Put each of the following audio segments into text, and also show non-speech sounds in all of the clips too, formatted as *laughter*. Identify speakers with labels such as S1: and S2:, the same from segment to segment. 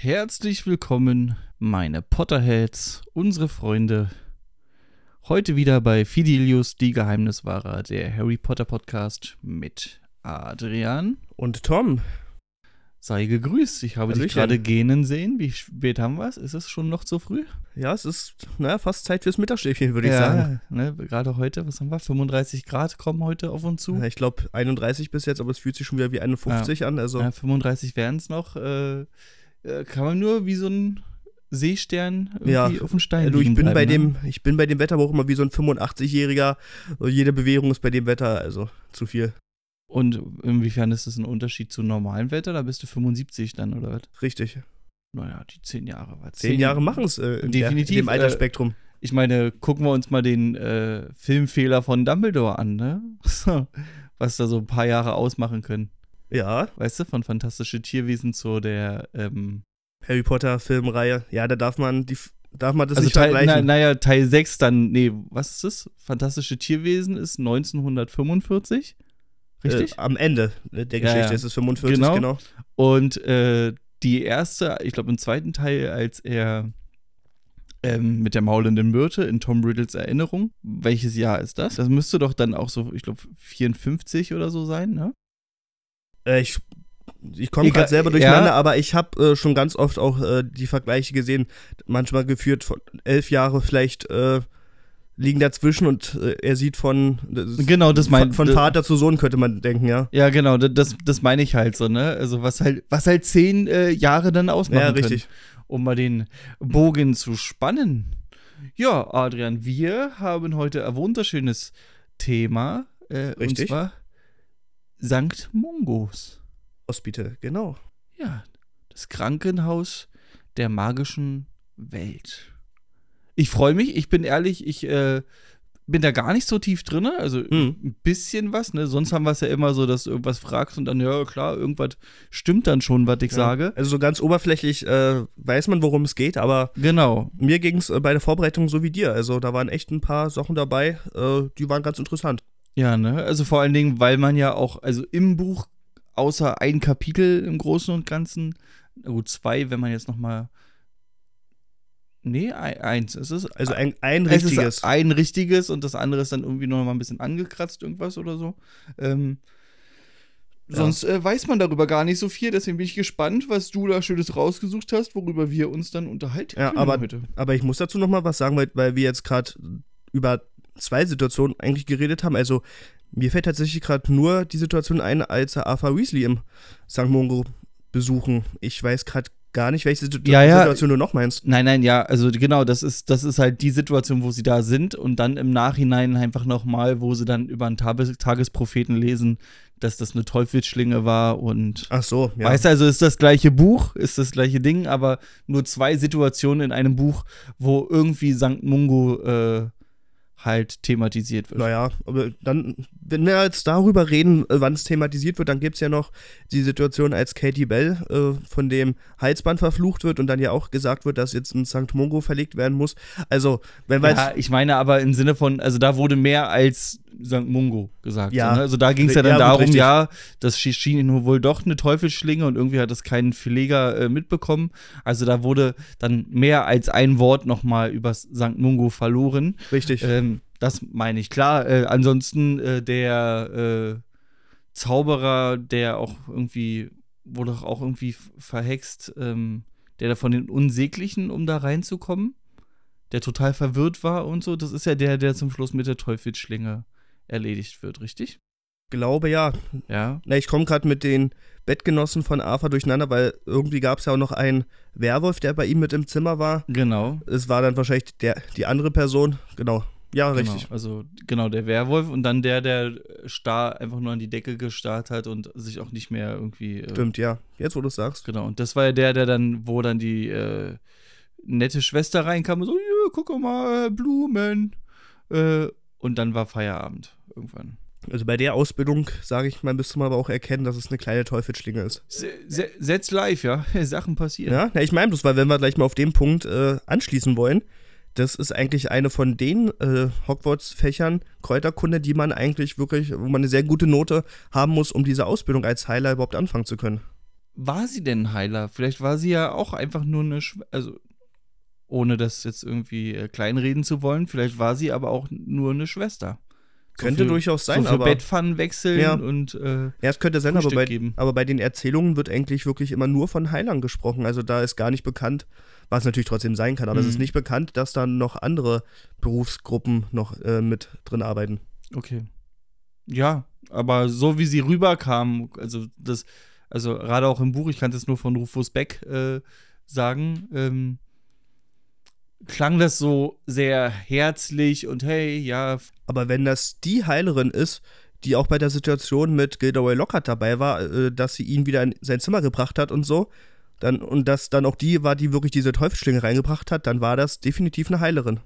S1: Herzlich willkommen, meine Potterheads, unsere Freunde. Heute wieder bei Fidelius, die Geheimniswahrer, der Harry Potter Podcast mit Adrian.
S2: Und Tom,
S1: Sei gegrüßt. Ich habe dich
S2: Hallöchen.
S1: gerade gähnen sehen. Wie spät haben wir es? Ist es schon noch zu früh?
S2: ja, es ist naja, fast Zeit fürs Mittagsschläfchen, würde ich sagen.
S1: Ne, gerade heute, was haben wir? 35 Grad kommen heute auf uns zu.
S2: Ja, Ich glaube 31 bis jetzt, aber es fühlt sich schon wieder wie 51 an. Also
S1: Ja, 35 wären es noch. Äh, äh, kann man nur wie so ein Seestern irgendwie
S2: Ja,
S1: auf den Stein
S2: also ich
S1: liegen
S2: bin
S1: bleiben,
S2: bei
S1: ne?
S2: dem, ich bin bei dem Wetter aber auch immer wie so ein 85-Jähriger. So, Jede Bewährung ist bei dem Wetter also zu viel.
S1: Und inwiefern ist das ein Unterschied zu normalem Wetter? Da bist du 75 dann, oder was?
S2: Richtig.
S1: Naja, die 10 Jahre. Was?
S2: Zehn Jahre machen es äh, in, der- in
S1: Definitiv,
S2: dem
S1: äh,
S2: Altersspektrum.
S1: Ich meine, gucken wir uns mal den äh, Filmfehler von Dumbledore an, ne? *laughs* Was da so ein paar Jahre ausmachen können.
S2: ja,
S1: Weißt du, von Fantastische Tierwesen zu der, ähm,
S2: Harry Potter Filmreihe. Ja, da darf man die, f- darf man das
S1: also
S2: nicht
S1: Teil, na,
S2: vergleichen.
S1: naja, Teil 6 dann, nee, was ist das? Fantastische Tierwesen ist 1945, richtig?
S2: Äh, am Ende der Geschichte
S1: Ja, ja.
S2: ist es 45
S1: Genau.
S2: genau.
S1: Und äh, die erste, ich glaube im zweiten Teil, als er ähm, mit der maulenden Myrte in Tom Riddles Erinnerung, welches Jahr ist das? Das müsste doch dann auch so, ich glaube 54 oder so sein, ne?
S2: Äh, ich ich komme
S1: Egal,
S2: gerade selber
S1: ja.
S2: durcheinander, aber ich habe äh, schon ganz oft auch äh, die Vergleiche gesehen. Manchmal geführt von elf Jahre vielleicht äh, liegen dazwischen und äh, er sieht von das-
S1: Genau, das mein-
S2: von,
S1: das-
S2: von Vater zu Sohn könnte man denken, ja.
S1: Ja, genau, da- das, das meine ich halt so, ne? Also was halt, was halt zehn äh, Jahre dann ausmachen
S2: Ja,
S1: können,
S2: richtig.
S1: um mal den Bogen zu spannen. Ja, Adrian, wir haben heute ein wunderschönes Thema. Äh, Und
S2: Richtig.
S1: zwar Sankt Mungos.
S2: Hospital, genau.
S1: Ja, das Krankenhaus der magischen Welt. Ich freue mich, ich bin ehrlich, ich äh, bin da gar nicht so tief drin, also
S2: Hm.
S1: ein bisschen was, ne? Sonst haben wir es ja immer so, dass du irgendwas fragst und dann, ja klar, irgendwas stimmt dann schon, was ich sage.
S2: Also so ganz oberflächlich äh, weiß man, worum es geht, aber
S1: Genau.
S2: mir ging es äh, bei der Vorbereitung so wie dir. Also da waren echt ein paar Sachen dabei, äh, die waren ganz interessant.
S1: Ja, ne? Also vor allen Dingen, weil man ja auch, also im Buch, außer ein Kapitel im Großen und Ganzen, na gut, zwei, wenn man jetzt nochmal. Nee, ein- eins. Es ist
S2: Also ein, ein
S1: Ah, Es ist
S2: richtiges.
S1: ein richtiges und das andere ist dann irgendwie noch mal ein bisschen angekratzt, irgendwas oder so. Ähm,
S2: Ja.
S1: Sonst äh, weiß man darüber gar nicht so viel, deswegen bin ich gespannt, was du da Schönes rausgesucht hast, worüber wir uns dann unterhalten
S2: Ja,
S1: können
S2: aber-
S1: heute.
S2: Aber ich muss dazu noch mal was sagen, weil, weil wir jetzt gerade über zwei Situationen eigentlich geredet haben. Also mir fällt tatsächlich gerade nur die Situation ein, als er Arthur Weasley im St. Mungo besuchen. Ich weiß gerade gar nicht, welche Situ
S1: Ja, ja.
S2: Situation du noch meinst.
S1: Nein, nein, ja, also genau, das ist, das ist halt die Situation, wo sie da sind und dann im Nachhinein einfach nochmal, wo sie dann über einen Tages Tagespropheten lesen, dass das eine Teufelsschlinge war und
S2: Ach so, ja.
S1: Weißt du, also ist das gleiche Buch, ist das gleiche Ding, aber nur zwei Situationen in einem Buch, wo irgendwie St. Mungo äh, halt thematisiert wird.
S2: Naja, aber dann, wenn wir jetzt darüber reden, äh, wann es thematisiert wird, dann gibt es ja noch die Situation, als Katie Bell äh, von dem Halsband verflucht wird und dann ja auch gesagt wird, dass jetzt in St. Mungo verlegt werden muss. Also, wenn wir
S1: Ja,
S2: jetzt.
S1: ich meine aber im Sinne von, also da wurde mehr als St. Mungo gesagt.
S2: Ja.
S1: So, ne? Also da ging es ja dann
S2: Ja, gut,
S1: darum,
S2: richtig.
S1: ja, das schien- schien nur wohl doch eine Teufelsschlinge und irgendwie hat das kein Verleger äh, mitbekommen. Also da wurde dann mehr als ein Wort nochmal über St. Mungo verloren.
S2: Richtig.
S1: Ähm, das meine ich, klar. Äh, ansonsten äh, der äh, Zauberer, der auch irgendwie, wurde doch auch irgendwie f- verhext, ähm, der da von den Unsäglichen, um da reinzukommen, der total verwirrt war und so, das ist ja der, der zum Schluss mit der Teufelsschlinge erledigt wird, richtig?
S2: glaube ja.
S1: Ja.
S2: Na, ich komme gerade mit den Bettgenossen von Arthur durcheinander, weil irgendwie gab es ja auch noch einen Werwolf, der bei ihm mit im Zimmer war.
S1: Genau.
S2: Es war dann wahrscheinlich der, die andere Person. Genau. Ja, richtig.
S1: Genau, also genau, der Werwolf und dann der, der starr einfach nur an die Decke gestarrt hat und sich auch nicht mehr irgendwie äh,
S2: Stimmt, ja. Jetzt, wo du es sagst.
S1: Genau, und das war ja der, der dann, wo dann die äh, nette Schwester reinkam und so, ja, guck mal, äh, Blumen. Äh, und dann war Feierabend irgendwann.
S2: Also bei der Ausbildung, sage ich mal, müsste man aber auch erkennen, dass es eine kleine Teufelsschlinge ist.
S1: Se se setz live, ja. *laughs* Sachen passieren.
S2: Ja, na, ich meine bloß, weil wenn wir gleich mal auf den Punkt äh, anschließen wollen, das ist eigentlich eine von den äh, Hogwarts-Fächern Kräuterkunde, die man eigentlich wirklich, wo man eine sehr gute Note haben muss, um diese Ausbildung als Heiler überhaupt anfangen zu können.
S1: war sie denn ein Heiler? Vielleicht war sie ja auch einfach nur eine, Schw also ohne das jetzt irgendwie äh, kleinreden zu wollen, vielleicht war sie aber auch nur eine Schwester.
S2: Könnte durchaus sein,
S1: so für
S2: aber-
S1: Bettpfannen wechseln
S2: Ja.
S1: und äh,
S2: Ja, es könnte sein, aber
S1: Frühstück
S2: bei,
S1: geben.
S2: aber bei den Erzählungen wird eigentlich wirklich immer nur von Heilern gesprochen. Also da ist gar nicht bekannt, was natürlich trotzdem sein kann, aber es
S1: Mhm.
S2: ist nicht bekannt, dass dann noch andere Berufsgruppen noch äh, mit drin arbeiten.
S1: okay. Ja, aber so wie sie rüberkam, also das, also gerade auch im Buch, ich kann das nur von Rufus Beck äh, sagen, ähm, klang das so sehr herzlich und hey, ja,
S2: Aber wenn das die Heilerin ist, die auch bei der Situation mit Gilderoy Lockhart dabei war, äh, dass sie ihn wieder in sein Zimmer gebracht hat und so, dann, und dass dann auch die war, die wirklich diese Teufelsschlinge reingebracht hat, dann war das definitiv eine Heilerin.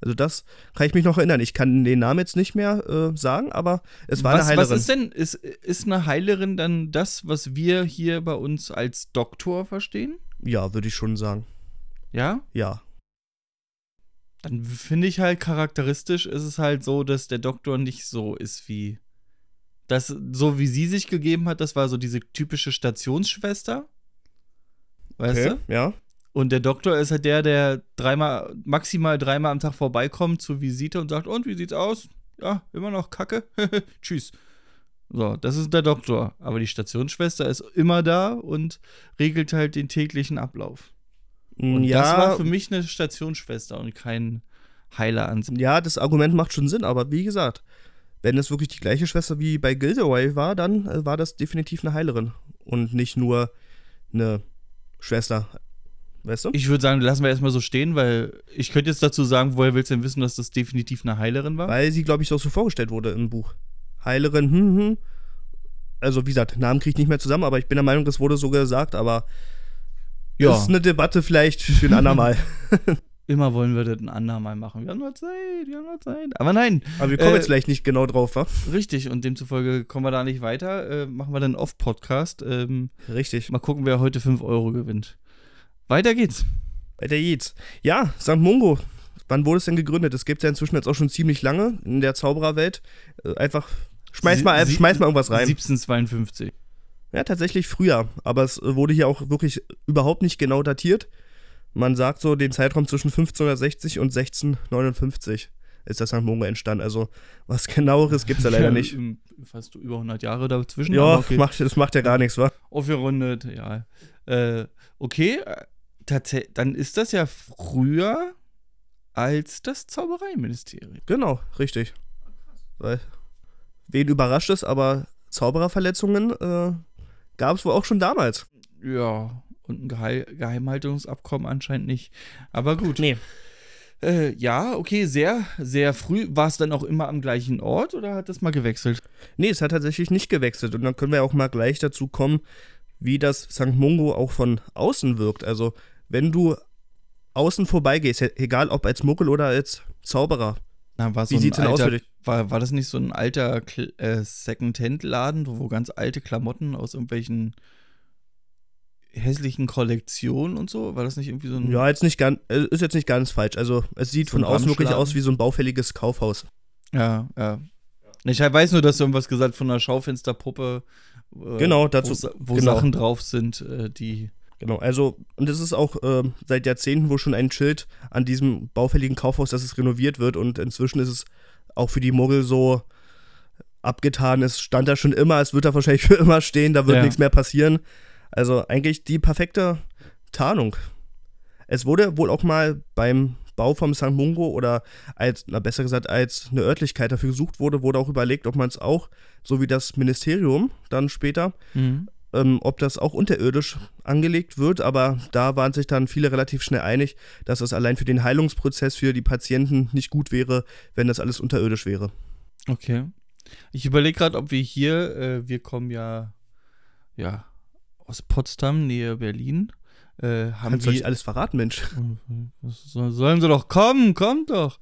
S2: Also das kann ich mich noch erinnern. Ich kann den Namen jetzt nicht mehr äh, sagen, aber es war
S1: was,
S2: eine Heilerin.
S1: Was ist denn, ist, ist eine Heilerin dann das, was wir hier bei uns als Doktor verstehen?
S2: Ja, würde ich schon sagen.
S1: Ja?
S2: Ja.
S1: Dann finde ich halt charakteristisch ist es halt so, dass der Doktor nicht so ist wie. Das, so wie sie sich gegeben hat, das war so diese typische Stationsschwester. Weißt du?
S2: Ja.
S1: Und der Doktor ist halt der, der dreimal, maximal dreimal am Tag vorbeikommt zur Visite und sagt, und wie sieht's aus? Ja, immer noch Kacke. *laughs* Tschüss. So, das ist der Doktor. Aber die Stationsschwester ist immer da und regelt halt den täglichen Ablauf. Und
S2: ja,
S1: das war für mich eine Stationsschwester und kein Heiler an sich.
S2: ja, das Argument macht schon Sinn, aber wie gesagt, wenn es wirklich die gleiche Schwester wie bei Gilderoy war, dann äh, war das definitiv eine Heilerin und nicht nur eine Schwester. Weißt du?
S1: Ich würde sagen, lassen wir erstmal so stehen, weil ich könnte jetzt dazu sagen, woher willst du denn wissen, dass das definitiv eine Heilerin war?
S2: Weil sie, glaube ich, auch so vorgestellt wurde im Buch. Heilerin, hm, hm. Also, wie gesagt, Namen kriege ich nicht mehr zusammen, aber ich bin der Meinung, das wurde so gesagt, aber
S1: Ja.
S2: das ist eine Debatte vielleicht für ein andermal.
S1: Immer wollen wir das ein andermal machen. Wir haben noch Zeit, wir haben noch Zeit. Aber nein,
S2: *laughs* aber wir kommen
S1: Äh,
S2: jetzt vielleicht nicht genau drauf, wa?
S1: Richtig, und demzufolge kommen wir da nicht weiter. Äh, machen wir dann einen Off-Podcast. Ähm,
S2: Richtig.
S1: mal gucken, wer heute 5 Euro gewinnt. Weiter geht's.
S2: Weiter geht's. Ja, St. Mungo. Wann wurde es denn gegründet? Es gibt es ja inzwischen jetzt auch schon ziemlich lange in der Zaubererwelt. Äh, Einfach, schmeiß
S1: Sie-
S2: mal,
S1: sie-
S2: schmeiß mal irgendwas rein.
S1: 1752.
S2: Ja, tatsächlich früher. Aber es äh, wurde hier auch wirklich überhaupt nicht genau datiert. Man sagt so, den Zeitraum zwischen 1560 und 1659 ist das St. Mungo entstanden. Also, was genaueres gibt's ja leider nicht.
S1: Ähm, Fast über 100 Jahre dazwischen. aber
S2: Ja,
S1: okay.
S2: macht, das macht ja gar nichts, wa?
S1: Aufgerundet, ja. Äh, okay, äh, tatsä- dann ist das ja früher als das Zaubereiministerium.
S2: Genau, richtig. Weil, wen überrascht es, aber Zaubererverletzungen äh, gab es wohl auch schon damals.
S1: Ja, und ein Geheim Geheimhaltungsabkommen anscheinend nicht. Aber gut.
S2: Nee.
S1: Äh, ja, okay, sehr, sehr früh. War es dann auch immer am gleichen Ort oder hat das mal gewechselt?
S2: Nee, es hat tatsächlich nicht gewechselt. Und dann können wir auch mal gleich dazu kommen, wie das St. Mungo auch von außen wirkt. Also, wenn du außen vorbeigehst, e- egal ob als Muggel oder als Zauberer.
S1: Na, war
S2: Wie sieht's denn aus
S1: alter,
S2: für dich?
S1: War, war das nicht so ein alter Kl- äh, Second-Hand-Laden, wo ganz alte Klamotten aus irgendwelchen hässlichen Kollektionen und so? War das nicht irgendwie so ein.
S2: Ja, jetzt nicht ganz, äh, ist jetzt nicht ganz falsch. Also, es sieht
S1: So ein
S2: von außen wirklich
S1: Ramschladen.
S2: aus wie so ein baufälliges Kaufhaus.
S1: ja. ja. Ich weiß nur, dass du irgendwas gesagt von einer Schaufensterpuppe. äh,
S2: Genau, dazu-
S1: Wo, Sa- wo
S2: genau.
S1: Sachen drauf sind, äh, die.
S2: Genau, also, und es ist auch ähm, seit Jahrzehnten wohl schon ein Schild an diesem baufälligen Kaufhaus, dass es renoviert wird. Und inzwischen ist es auch für die Muggel so abgetan. Es stand da schon immer, es wird da wahrscheinlich *laughs* für immer stehen, da wird
S1: Ja.
S2: nichts mehr passieren. Also eigentlich die perfekte Tarnung. Es wurde wohl auch mal beim Bau vom St. Mungo oder als, na besser gesagt, als eine Örtlichkeit dafür gesucht wurde, wurde auch überlegt, ob man es auch, so wie das Ministerium dann später,
S1: Mhm.
S2: ähm, ob das auch unterirdisch angelegt wird, aber da waren sich dann viele relativ schnell einig, dass es allein für den Heilungsprozess für die Patienten nicht gut wäre, wenn das alles unterirdisch wäre.
S1: Okay. Ich überlege gerade, ob wir hier, äh, wir kommen ja, ja aus Potsdam, nähe Berlin. Äh, haben
S2: Kannst du nicht
S1: wir,
S2: alles verraten, Mensch?
S1: Was soll- sollen sie doch kommen, kommt doch.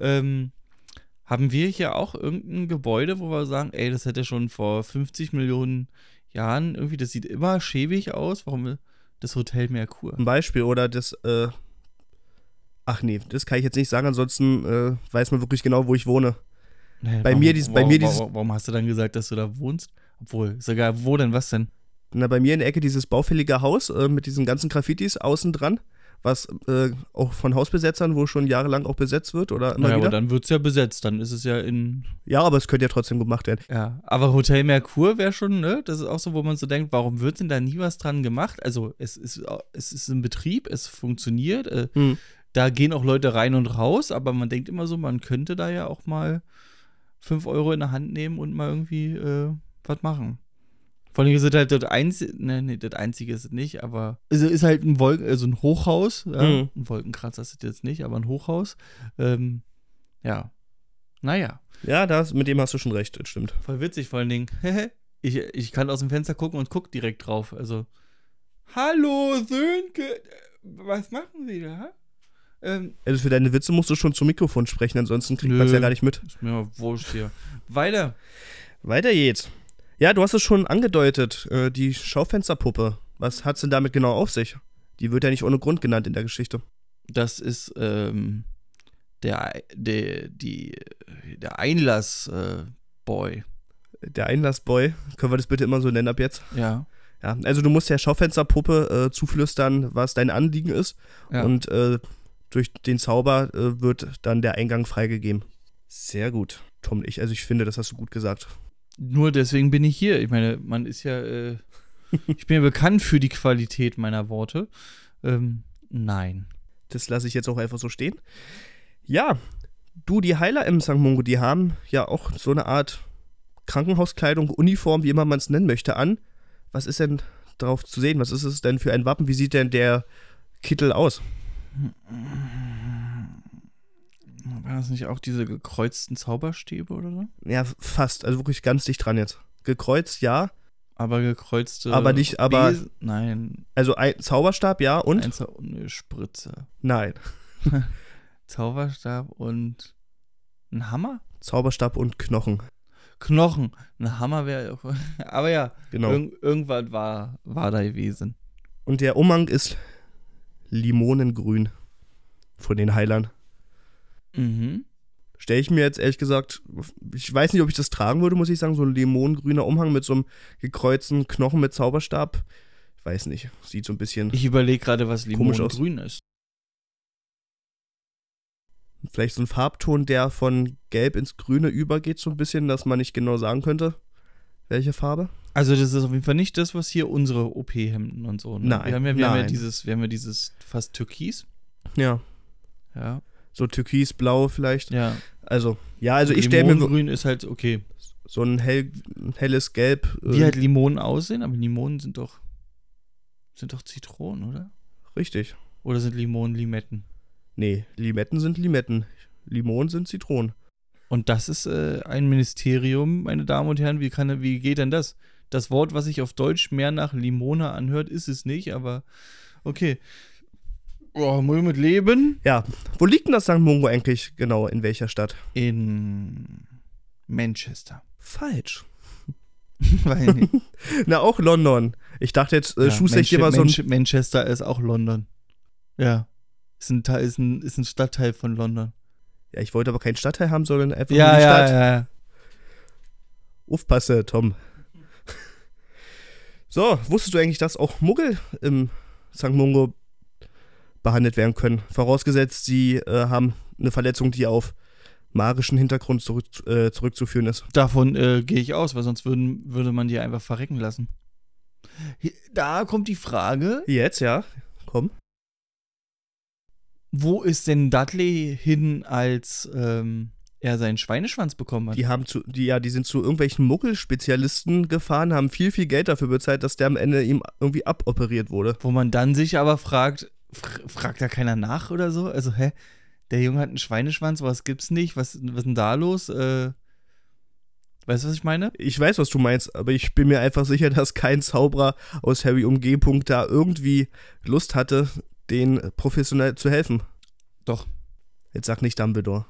S1: Ähm, haben wir hier auch irgendein Gebäude, wo wir sagen, ey, das hätte schon vor 50 Millionen Jahren irgendwie, das sieht immer schäbig aus. Warum das Hotel Merkur?
S2: Ein Beispiel oder das, äh, ach nee, das kann ich jetzt nicht sagen, ansonsten äh, weiß man wirklich genau, wo ich wohne.
S1: Naja,
S2: Bei
S1: warum,
S2: mir dies- bei
S1: warum,
S2: mir dies-
S1: warum, warum hast du dann gesagt, dass du da wohnst? Obwohl, ist egal, wo denn, was denn?
S2: Na, bei mir in der Ecke dieses baufällige Haus äh, mit diesen ganzen Graffitis außen dran, was äh, auch von Hausbesetzern, wo schon jahrelang auch besetzt wird oder immer
S1: Naja, aber
S2: wieder.
S1: dann wird es ja besetzt, dann ist es ja in.
S2: ja, aber es könnte ja trotzdem gemacht werden.
S1: Ja, aber Hotel Mercur wäre schon, ne? Das ist auch so, wo man so denkt, warum wird denn da nie was dran gemacht? Also, es ist, au- es ist in Betrieb, es funktioniert, äh,
S2: Hm.
S1: da gehen auch Leute rein und raus, aber man denkt immer so, man könnte da ja auch mal 5 Euro in der Hand nehmen und mal irgendwie äh, was machen. Vor allem ist es halt das einzige, nee, nee, das einzige ist es nicht, aber es ist halt ein Wolken, also ein Hochhaus, ja,
S2: Mhm.
S1: ein Wolkenkratzer ist es jetzt nicht, aber ein Hochhaus. Ähm, ja, naja.
S2: Ja, das, mit dem hast du schon recht, das stimmt.
S1: Voll witzig, vor allen Dingen. *laughs* ich, ich kann aus dem Fenster gucken und guck direkt drauf. Also, hallo Sönke, äh, was machen Sie da? hä? Ähm,
S2: Also für deine Witze musst du schon zum Mikrofon sprechen, ansonsten kriegt
S1: Nö.
S2: man es ja gar nicht mit.
S1: ist mir mal wurscht hier. *laughs* Weiter.
S2: Weiter geht's. Ja, du hast es schon angedeutet, äh, die Schaufensterpuppe. Was hat's denn damit genau auf sich? Die wird ja nicht ohne Grund genannt in der Geschichte.
S1: Das ist ähm, der, der, die, der Einlass-Boy. Äh, Boy.
S2: Der Einlassboy, können wir das bitte immer so nennen ab jetzt?
S1: ja.
S2: Ja, also du musst der Schaufensterpuppe äh, zuflüstern, was dein Anliegen ist.
S1: ja.
S2: Und äh, durch den Zauber äh, wird dann der Eingang freigegeben. Sehr gut, Tom. Ich, also ich finde, das hast du gut gesagt.
S1: Nur deswegen bin ich hier. Ich meine, man ist ja. *laughs* Äh, ich bin ja bekannt für die Qualität meiner Worte. Ähm, nein.
S2: Das lasse ich jetzt auch einfach so stehen. Ja, du, die Heiler im St. Mungo, die haben ja auch so eine Art Krankenhauskleidung, Uniform, wie immer man es nennen möchte, an. Was ist denn drauf zu sehen? Was ist es denn für ein Wappen? Wie sieht denn der Kittel aus?
S1: Hm. Waren das nicht auch diese gekreuzten Zauberstäbe oder so?
S2: Ja, fast. Also wirklich ganz dicht dran jetzt. Gekreuzt, ja.
S1: Aber gekreuzte.
S2: Aber nicht- aber-
S1: Besen- Nein.
S2: Also ein Zauberstab, ja. Und?
S1: Einzel und eine Spritze.
S2: Nein.
S1: Zauberstab und ein Hammer?
S2: Zauberstab und Knochen.
S1: Knochen. Ein Hammer wäre. auch- *laughs* Aber ja,
S2: Genau.
S1: irgend- irgendwas war, war da gewesen.
S2: Und der Umhang ist limonengrün von den Heilern.
S1: Mhm.
S2: Stelle ich mir jetzt ehrlich gesagt, ich weiß nicht, ob ich das tragen würde, muss ich sagen, so ein limonengrüner Umhang mit so einem gekreuzten Knochen mit Zauberstab. Ich weiß nicht, sieht so ein bisschen,
S1: Ich überlege gerade, was
S2: Komisch aus.
S1: Limonengrün ist.
S2: vielleicht so ein Farbton, der von gelb ins Grüne übergeht, so ein bisschen, dass man nicht genau sagen könnte, welche Farbe.
S1: Also, das ist auf jeden Fall nicht das, was hier unsere OP-Hemden und so. Ne?
S2: Nein,
S1: Wir haben ja, wir Haben ja
S2: nein.
S1: dieses, wir haben ja dieses fast Türkis.
S2: Ja,
S1: Ja.
S2: so türkisblau vielleicht.
S1: ja.
S2: Also, ja, also ich stelle mir
S1: Limonengrün ist halt okay.
S2: so ein, hell, ein helles Gelb. äh,
S1: Wie halt Limonen aussehen, aber Limonen sind doch. Sind doch Zitronen, oder?
S2: Richtig.
S1: Oder sind Limonen Limetten?
S2: Nee, Limetten sind Limetten. Limonen sind Zitronen.
S1: Und das ist äh, ein Ministerium, meine Damen und Herren. Wie, kann, wie geht denn das? Das Wort, was sich auf Deutsch mehr nach Limone anhört, ist es nicht, aber okay. Oh, muss ich mit leben?
S2: Ja, wo liegt denn das St. Mungo eigentlich genau? In welcher Stadt?
S1: In
S2: *laughs*
S1: Manchester.
S2: Falsch.
S1: Weil, nee.
S2: Na, auch London. Ich dachte jetzt, äh,
S1: Ja,
S2: schuster ich dir mal
S1: Manche-
S2: so ein.
S1: Manche- Manchester ist auch London. Ja. Ist ein, Teil- ist ein, ist ein Stadtteil von London.
S2: Ja, ich wollte aber keinen Stadtteil haben, sondern einfach nur die Stadt.
S1: ja, ja.
S2: Aufpasse, Tom. So, wusstest du eigentlich, dass auch Muggel im St. Mungo behandelt werden können? Vorausgesetzt, sie äh, haben eine Verletzung, die auf magischen Hintergrund zurück, äh, zurückzuführen ist.
S1: Davon äh, gehe ich aus, weil sonst würden, würde man die einfach verrecken lassen. Hi- Da kommt die Frage,
S2: Jetzt, ja. Komm.
S1: wo ist denn Dudley hin, als ähm, er seinen Schweineschwanz bekommen hat?
S2: Die haben zu, die, ja, die sind zu irgendwelchen Muggelspezialisten gefahren, haben viel, viel Geld dafür bezahlt, dass der am Ende ihm irgendwie aboperiert wurde.
S1: Wo man dann sich aber fragt, fr fragt da keiner nach oder so? Also, hä? Der Junge hat einen Schweineschwanz, was gibt's nicht? Was, was ist denn da los? Äh, weißt du, was ich meine?
S2: Ich weiß, was du meinst, aber ich bin mir einfach sicher, dass kein Zauberer aus Harry Umg. da irgendwie Lust hatte, den professionell zu helfen.
S1: Doch.
S2: Jetzt sag nicht Dumbledore.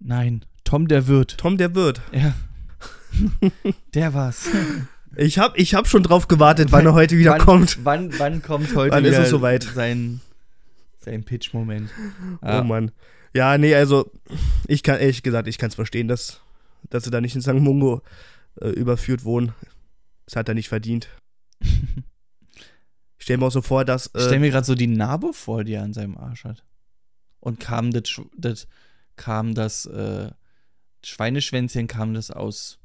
S1: Nein, Tom der Wirt.
S2: Tom, der Wirt. *laughs*
S1: Ja. der war's.
S2: Ich hab, ich hab schon drauf
S1: *laughs*
S2: gewartet, wann er heute wieder
S1: Wann-
S2: kommt.
S1: Wann, wann kommt heute
S2: Wann ist
S1: wieder
S2: es soweit?
S1: sein, sein Pitch-Moment? Ah.
S2: Oh
S1: Ja. *laughs*
S2: Mann. Ja, nee, also, ich kann ehrlich gesagt, ich kann's verstehen, dass, dass sie da nicht in St. Mungo äh, überführt wurden. Das hat er nicht verdient. Ich stelle mir auch so vor, dass.
S1: Ich stell
S2: Äh,
S1: mir gerade so die Narbe vor, die er an seinem Arsch hat. Und kam das, Sch- das, kam das äh, Schweineschwänzchen, kam das aus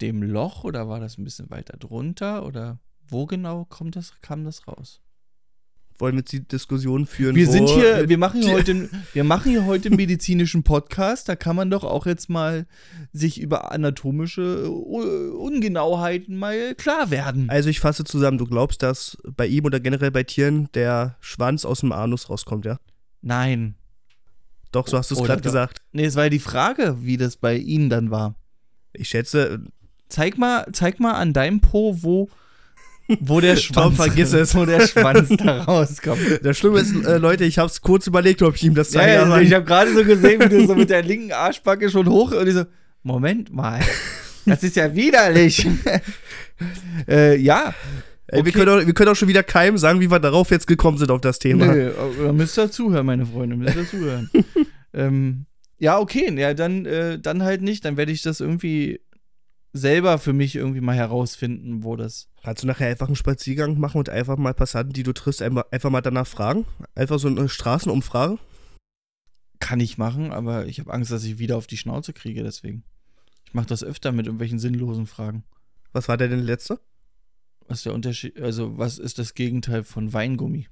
S1: dem Loch oder war das ein bisschen weiter drunter oder wo genau kommt das, kam das raus?
S2: wollen wir jetzt die Diskussion führen?
S1: Wir
S2: wo,
S1: sind hier,
S2: äh,
S1: wir machen hier
S2: die-
S1: heute, wir machen hier heute einen medizinischen Podcast, da kann man doch auch jetzt mal sich über anatomische äh, U- Ungenauheiten mal klar werden.
S2: Also ich fasse zusammen, du glaubst, dass bei ihm oder generell bei Tieren der Schwanz aus dem Anus rauskommt, ja?
S1: Nein.
S2: Doch, so hast du es
S1: Oder
S2: gerade
S1: doch.
S2: gesagt.
S1: Nee, es war ja die Frage, wie das bei Ihnen dann war.
S2: Ich schätze,
S1: Zeig mal, zeig mal an deinem Po, wo, wo
S2: *laughs*
S1: der Schwanz,
S2: vergiss es.
S1: wo der Schwanz da
S2: *laughs*
S1: rauskommt.
S2: das Schlimme ist, äh, Leute, ich habe es kurz überlegt, ob ich ihm das
S1: Ja,
S2: zeige.
S1: ja,
S2: aber
S1: ich habe gerade so gesehen, wie du so mit der linken Arschbacke schon hoch und ich so, Moment
S2: *laughs*
S1: mal, das ist ja widerlich. äh, ja,
S2: Ey,
S1: okay.
S2: wir, können auch, wir können auch schon wieder keinem sagen, wie wir darauf jetzt gekommen sind auf das Thema.
S1: nö, da müsst ihr halt zuhören, meine Freunde, müsst ihr zuhören. ähm, ja, okay, ja, dann, äh, dann halt nicht, dann werde ich das irgendwie selber für mich irgendwie mal herausfinden, wo das
S2: Kannst du nachher einfach einen Spaziergang machen und einfach mal Passanten, die du triffst, einfach, einfach mal danach fragen? Einfach so eine Straßenumfrage?
S1: Kann ich machen, aber ich habe Angst, dass ich wieder auf die Schnauze kriege, deswegen. Ich mache das öfter mit irgendwelchen sinnlosen Fragen.
S2: Was war der denn letzte?
S1: Was ist der Unterschied, also was ist das Gegenteil von Weingummi?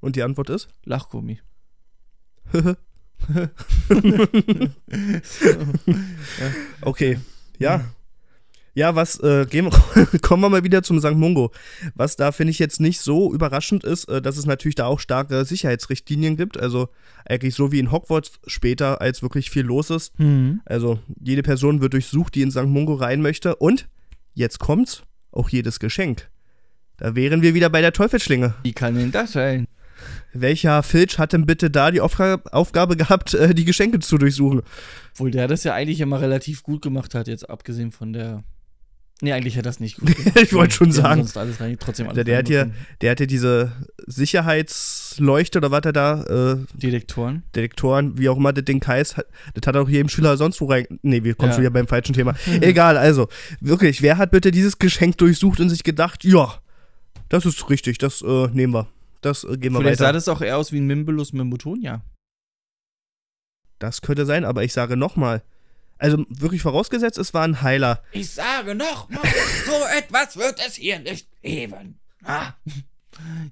S2: Und die Antwort ist?
S1: Lachgummi. *laughs*
S2: okay, ja. Ja, was, äh, gehen wir, *laughs* kommen wir mal wieder zum St. Mungo. Was da, finde ich, jetzt nicht so überraschend ist, äh, dass es natürlich da auch starke Sicherheitsrichtlinien gibt. Also eigentlich so wie in Hogwarts später, als wirklich viel los ist.
S1: Hm.
S2: Also jede Person wird durchsucht, die in St. Mungo rein möchte. Und jetzt kommt's, auch jedes Geschenk. Da wären wir wieder bei der Teufelsschlinge.
S1: Wie kann denn das sein?
S2: Welcher Filch hat denn bitte da die Aufga Aufgabe gehabt, äh, die Geschenke zu durchsuchen? *laughs*
S1: Obwohl der das ja eigentlich immer relativ gut gemacht hat, jetzt abgesehen von der. Nee, eigentlich hat er das nicht gut gemacht.
S2: *laughs* Ich wollte schon
S1: Die haben
S2: sagen.
S1: Sonst alles rein, trotzdem alles
S2: Der- der hat hier-
S1: reinbekommen.
S2: Der hatte diese Sicherheitsleuchte oder was er da, äh,
S1: Detektoren.
S2: Detektoren, wie auch immer das Ding heißt, hat- das hat auch jedem Schüler sonst wo rein. Nee, wir kommen
S1: Ja.
S2: schon wieder beim
S1: *laughs*
S2: falschen Thema. Egal, also, wirklich, wer hat bitte dieses Geschenk durchsucht und sich gedacht, ja, das ist richtig, das äh, nehmen wir. Das äh, gehen wir
S1: Vielleicht sah
S2: weiter. Das,
S1: das auch eher aus wie ein Mimbulus Mimbotonia.
S2: könnte sein, aber ich sage nochmal. Also wirklich vorausgesetzt, es war ein Heiler.
S3: Ich sage nochmal, so etwas wird es hier nicht geben. Ah.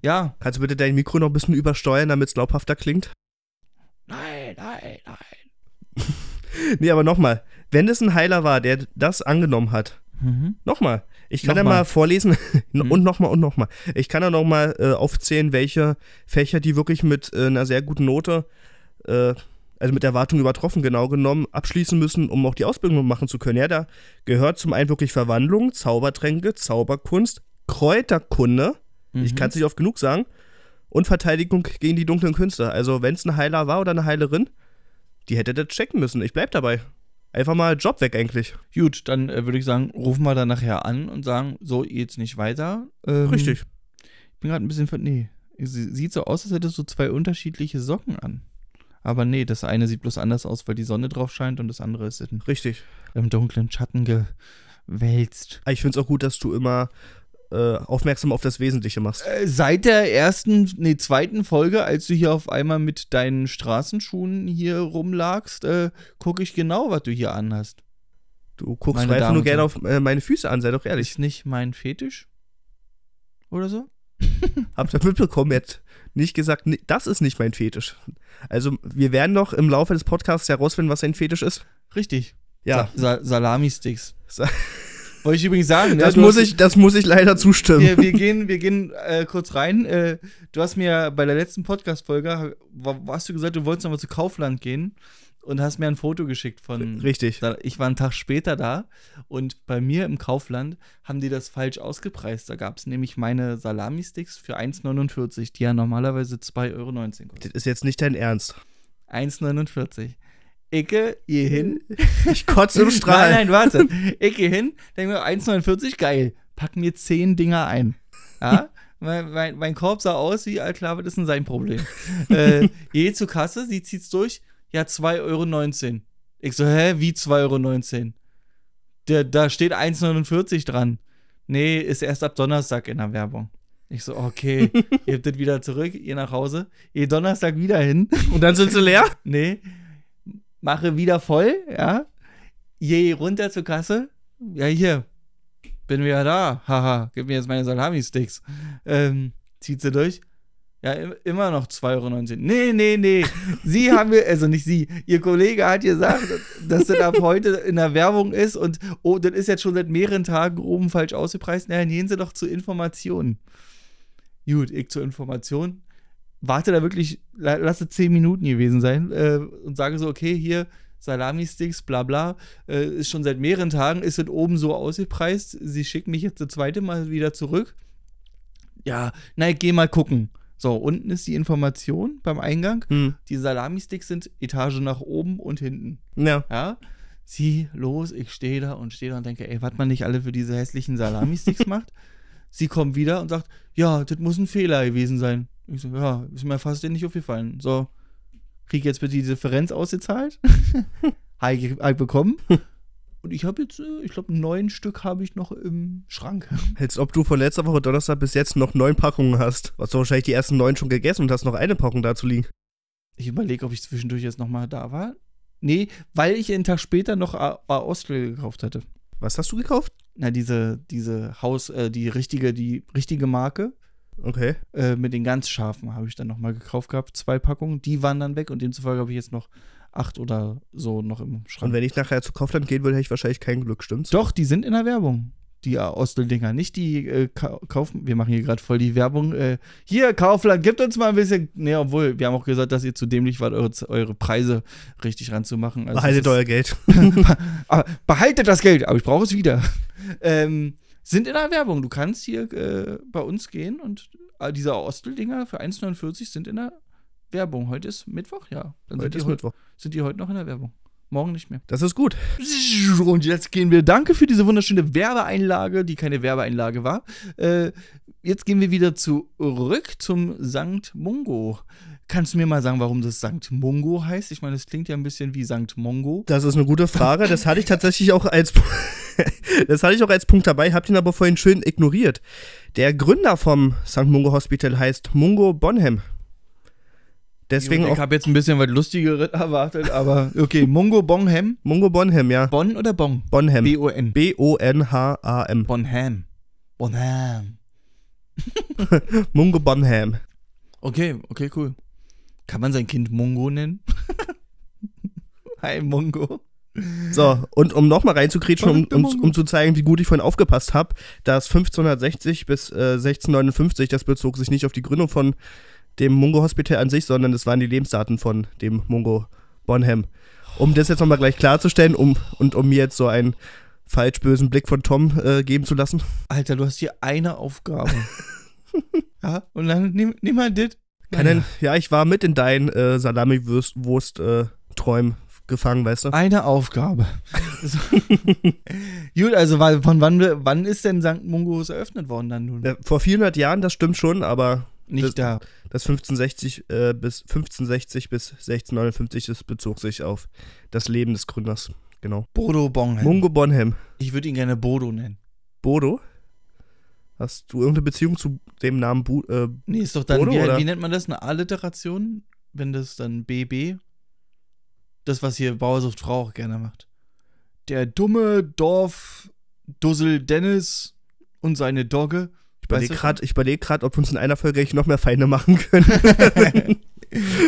S1: Ja,
S2: Kannst du bitte dein Mikro noch ein bisschen übersteuern, damit es glaubhafter klingt? *laughs*
S3: Nein, nein, nein.
S2: Nee, aber nochmal. Wenn es ein Heiler war, der das angenommen hat,
S1: mhm.
S2: Nochmal. Ich kann ja
S1: Nochmal.
S2: mal vorlesen *laughs*
S1: Mhm.
S2: und nochmal und nochmal. Ich kann ja nochmal äh, aufzählen, welche Fächer, die wirklich mit äh, einer sehr guten Note, äh, also mit Erwartung übertroffen, genau genommen, abschließen müssen, um auch die Ausbildung machen zu können. Ja, da gehört zum einen wirklich Verwandlung, Zaubertränke, Zauberkunst, Kräuterkunde, ich
S1: Mhm.
S2: kann es nicht oft genug sagen, und Verteidigung gegen die dunklen Künste. Also, wenn es ein Heiler war oder eine Heilerin, die hätte das checken müssen. Ich bleib dabei. Einfach mal Job weg eigentlich.
S1: Gut, dann äh, würde ich sagen, rufen wir da nachher an und sagen, so geht's nicht weiter. Ähm,
S2: Richtig.
S1: Ich bin gerade ein bisschen ver. Nee. Sie, sieht so aus, als hättest du zwei unterschiedliche Socken an. Aber nee, das eine sieht bloß anders aus, weil die Sonne drauf scheint und das andere ist in,
S2: Richtig.
S1: im dunklen Schatten gewälzt.
S2: Ah, Ich finde es auch gut, dass du immer äh, aufmerksam auf das Wesentliche machst.
S1: Äh, Seit der ersten, nee, zweiten Folge, als du hier auf einmal mit deinen Straßenschuhen hier rumlagst, äh, gucke ich genau, was du hier anhast.
S2: Du guckst
S1: Meine
S2: einfach
S1: Damen
S2: nur
S1: und
S2: gerne auf äh, meine Füße an, sei doch
S1: *laughs*
S2: ehrlich.
S1: Ist nicht mein Fetisch? Oder so?
S2: Habt ihr mitbekommen, er hat nicht gesagt, nee, das ist nicht mein Fetisch. Also, wir werden noch im Laufe des Podcasts herausfinden, was sein Fetisch ist.
S1: Richtig.
S2: Ja,
S1: Sa Sa Salami-Sticks.
S2: Sa-
S1: Wollte ich übrigens sagen. ne?
S2: das,
S1: Du
S2: muss
S1: hast-
S2: ich, das muss ich leider zustimmen.
S1: Wir, wir gehen, wir gehen äh, kurz rein. Äh, du hast mir bei der letzten Podcast-Folge, wa- hast du gesagt, du wolltest nochmal zu Kaufland gehen und hast mir ein Foto geschickt von.
S2: Richtig.
S1: Da- Ich war einen Tag später da und bei mir im Kaufland haben die das falsch ausgepreist. Da gab es nämlich meine Salami-Sticks für 1,49, die ja normalerweise 2,19 Euro kosten.
S2: Das ist jetzt nicht dein Ernst.
S1: 1,49. Icke, ihr hin,
S2: Ich
S1: *laughs*
S2: kotze im Strahl.
S1: Nein, nein, warte. Ich gehe hin, denke mir, 1,49, geil. Pack mir 10 Dinger ein. Ja? mein, mein, mein Korb sah aus wie, alt klar, das ist denn sein Problem. äh, geh zur Kasse, sie zieht's durch, ja, 2,19 Euro. Ich so, hä, wie 2,19 Euro? Da, da steht 1,49 dran. nee, ist erst ab Donnerstag in der Werbung. Ich so, okay, ihr habt das wieder zurück, ihr nach Hause, ihr Donnerstag wieder hin.
S2: Und dann sind
S1: *laughs*
S2: sie leer?
S1: Nee, mache wieder voll, ja. Je runter zur Kasse. Ja, hier, bin wieder da. Haha, gib mir jetzt meine Salami-Sticks. Ähm, zieht sie durch. Ja, im- immer noch 2,19 Euro. Nee, nee, nee. Sie haben mir, also nicht Sie, Ihr Kollege hat gesagt, dass das ab heute in der Werbung ist und oh, das ist jetzt schon seit mehreren Tagen oben falsch ausgepreist. Na, dann gehen Sie doch zur Information. Gut, ich zur Information. Warte da wirklich, la- lasse 10 Minuten gewesen sein äh, und sage so, okay, hier Salami-Sticks, bla bla, äh, ist schon seit mehreren Tagen, ist das oben so ausgepreist. Sie schicken mich jetzt das zweite Mal wieder zurück. Ja, na, ich geh mal gucken. So, unten ist die Information beim Eingang.
S2: Hm.
S1: Die Salami-Sticks sind Etage nach oben und hinten.
S2: Ja.
S1: Ja, sie los, ich stehe da und stehe da und denke, ey, was man nicht alle für diese hässlichen Salami-Sticks macht. Sie kommt wieder und sagt, ja, das muss ein Fehler gewesen sein. Ich so, ja, ist mir fast nicht aufgefallen. So, krieg jetzt bitte die Differenz ausgezahlt. Habe ich hab ich bekommen. Und ich habe jetzt, äh, ich glaube, neun Stück habe ich noch im Schrank.
S2: Als ob du von letzter Woche Donnerstag bis jetzt noch neun Packungen hast. Hast du wahrscheinlich die ersten neun schon gegessen und hast noch eine Packung dazu liegen.
S1: Ich überlege, ob ich zwischendurch jetzt nochmal da war. Nee, weil ich einen Tag später noch A- A- Austria gekauft hatte.
S2: Was hast du gekauft?
S1: Na, diese, diese Haus, äh, die richtige, die richtige Marke.
S2: Okay.
S1: äh, mit den ganz scharfen habe ich dann nochmal gekauft gehabt. Zwei Packungen, die waren dann weg und demzufolge habe ich jetzt noch acht oder so noch im
S2: Und
S1: Schrank.
S2: wenn ich nachher zu Kaufland gehen würde, hätte ich wahrscheinlich kein Glück, stimmt's?
S1: Doch, die sind in der Werbung. Die äh, Ostel-Dinger, nicht die äh, Ka- kaufen. Wir machen hier gerade voll die Werbung. Äh, hier, Kaufland, gebt uns mal ein bisschen. Nee, obwohl, wir haben auch gesagt, dass ihr zu dämlich wart, eure, eure Preise richtig ranzumachen. Also
S2: Behaltet
S1: es ist-
S2: euer Geld.
S1: Aber Ah, behaltet das Geld, aber ich brauche es wieder. *laughs* Ähm, sind in der Werbung. Du kannst hier äh, bei uns gehen und äh, diese Ostel-Dinger für 1,49 sind in der Werbung. Heute ist Mittwoch, ja. Dann sind,
S2: Heute
S1: die
S2: ist
S1: heute,
S2: Mittwoch.
S1: sind die heute noch in der Werbung. Morgen nicht mehr.
S2: Das ist gut.
S1: Und jetzt gehen wir. Danke für diese wunderschöne Werbeeinlage, die keine Werbeeinlage war. Äh, jetzt gehen wir wieder zurück zum Sankt Mungo. Kannst du mir mal sagen, warum das Sankt Mungo heißt? Ich meine, das klingt ja ein bisschen wie Sankt Mongo.
S2: Das ist eine gute Frage. Das hatte ich tatsächlich auch als *laughs* Das hatte ich auch als Punkt dabei, habt ihn aber vorhin schön ignoriert. Der Gründer vom St. Mungo Hospital heißt Mungo Bonham. Deswegen
S1: Gut, ich
S2: auch
S1: habe jetzt ein bisschen was Lustigeres *laughs* erwartet, aber okay. Mungo Bonham.
S2: Mungo Bonham, ja.
S1: Bonn oder Bong?
S2: Bonham.
S1: B-O-N.
S2: B-O-N-H-A-M.
S1: Bonham. Bonham.
S2: Mungo Bonham.
S1: Okay, okay, cool. Kann man sein Kind Mungo nennen? *laughs* Hi, Mungo.
S2: So, und um nochmal reinzukriechen, um,
S1: Verrückte
S2: um,
S1: Mongo.
S2: um zu zeigen, wie gut ich vorhin aufgepasst habe, dass 1560 bis äh, 1659, das bezog sich nicht auf die Gründung von dem Mungo-Hospital an sich, sondern das waren die Lebensdaten von dem Mungo Bonham. Um das jetzt nochmal gleich klarzustellen um, und um mir jetzt so einen falsch-bösen Blick von Tom äh, geben zu lassen.
S1: Alter, du hast hier eine Aufgabe. *laughs* ja, und dann nimm, nimm mal dit.
S2: Kann
S1: Naja,
S2: denn, ja, ich war mit in deinen äh, Salami-Wurst-Träumen gefangen, weißt du?
S1: Eine Aufgabe. *laughs* So. Gut, also wa- von wann, wann ist denn St. Mungos eröffnet worden dann nun?
S2: Äh, Vor 400 Jahren, das stimmt schon, aber das-
S1: Nicht da.
S2: Das 1560 äh, bis 1560 bis 1659 das bezog sich auf das Leben des Gründers. Genau.
S1: Bodo Bonham.
S2: Mungo Bonham.
S1: Ich würde ihn gerne Bodo nennen.
S2: Bodo? Hast du irgendeine Beziehung zu dem Namen Bu äh,
S1: Nee, ist doch dann,
S2: Bodo,
S1: wie, halt,
S2: oder?
S1: wie nennt man das, eine Alliteration? Wenn das dann BB, das, was hier Bauersucht Frau auch gerne macht. Der dumme Dorf Dussel Dennis und seine Dogge.
S2: Ich überlege
S1: Weißt du
S2: gerade, überleg grad, ob wir uns in einer Folge echt noch mehr Feinde machen können.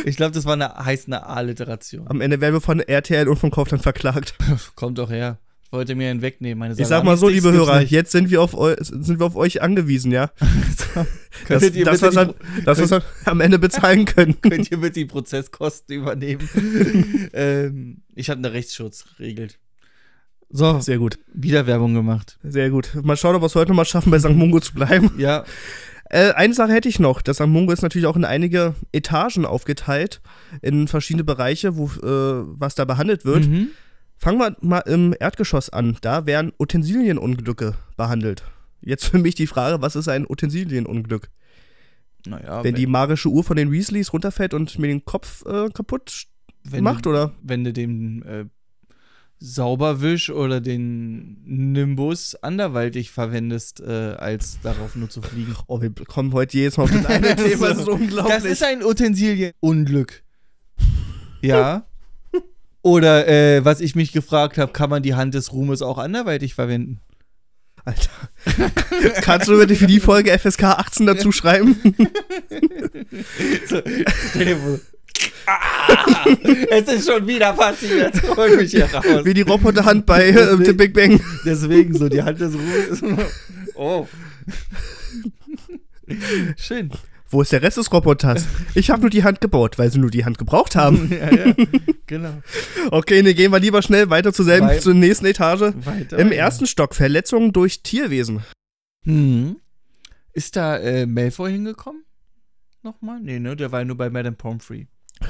S1: Ich glaube, das war eine, heißt eine Alliteration.
S2: Am Ende werden wir von RTL und von Kaufland verklagt.
S1: Kommt doch her. Wollte mir ihn wegnehmen, meine
S2: Ich sag mal so,
S1: Salami-Sticks
S2: liebe
S1: gibt's
S2: Hörer,
S1: nicht.
S2: jetzt sind wir auf, eu sind wir auf euch angewiesen, ja?
S1: *laughs*
S2: Das,
S1: Könntet ihr
S2: das,
S1: bitte
S2: was
S1: die
S2: wir, das, was wir am Ende bezahlen können.
S1: könnt ihr bitte die Prozesskosten übernehmen. ähm, ich habe eine Rechtsschutzregel. So,
S2: Sehr gut,
S1: wieder Werbung gemacht.
S2: sehr gut. Mal schauen, ob wir es heute noch mal schaffen, bei St. Mungo zu bleiben.
S1: Ja,
S2: Äh, eine Sache hätte ich noch. Das Amungo ist natürlich auch in einige Etagen aufgeteilt, in verschiedene Bereiche, wo, äh, was da behandelt wird.
S1: mhm.
S2: Fangen wir mal im Erdgeschoss an. Da werden Utensilienunglücke behandelt. Jetzt für mich die Frage, was ist ein Utensilienunglück?
S1: Naja,
S2: Wenn die magische Uhr von den Weasleys runterfällt und mir den Kopf äh, kaputt sch-
S1: wenn
S2: macht,
S1: du,
S2: oder?
S1: wenn du dem äh, Sauberwisch oder den Nimbus anderweitig verwendest, äh, als darauf nur zu fliegen.
S2: Oh, wir kommen heute jedes Mal
S1: *laughs*
S2: auf das eine Thema, das ist unglaublich.
S1: Das ist ein Utensilienunglück. Ja. Oder äh, was ich mich gefragt habe, kann man die Hand des Ruhmes auch anderweitig verwenden? *laughs*
S2: Alter. *laughs* Kannst du bitte für die Folge FSK
S1: *laughs*
S2: 18 dazu schreiben?
S1: So, stell dir vor, ah, es ist schon wieder passiert. Hol mich hier raus.
S2: Wie die Roboterhand bei äh, The Big Bang.
S1: Deswegen so, die Hand des Ruhmes.
S2: *laughs*
S1: Oh. Schön.
S2: Wo ist der Rest
S1: *laughs*
S2: des Roboters? Ich habe nur die Hand gebaut, weil sie nur die Hand gebraucht haben.
S1: Ja, ja. Genau.
S2: Okay, ne, gehen wir lieber schnell weiter zur selben,
S1: Wei-
S2: zur nächsten Etage.
S1: Weiter.
S2: Im ersten Stock Verletzungen durch Tierwesen.
S1: Hm. Ist da äh, Malfoy hingekommen? Nochmal? Nee, ne? Der war ja nur bei Madame Pomfrey.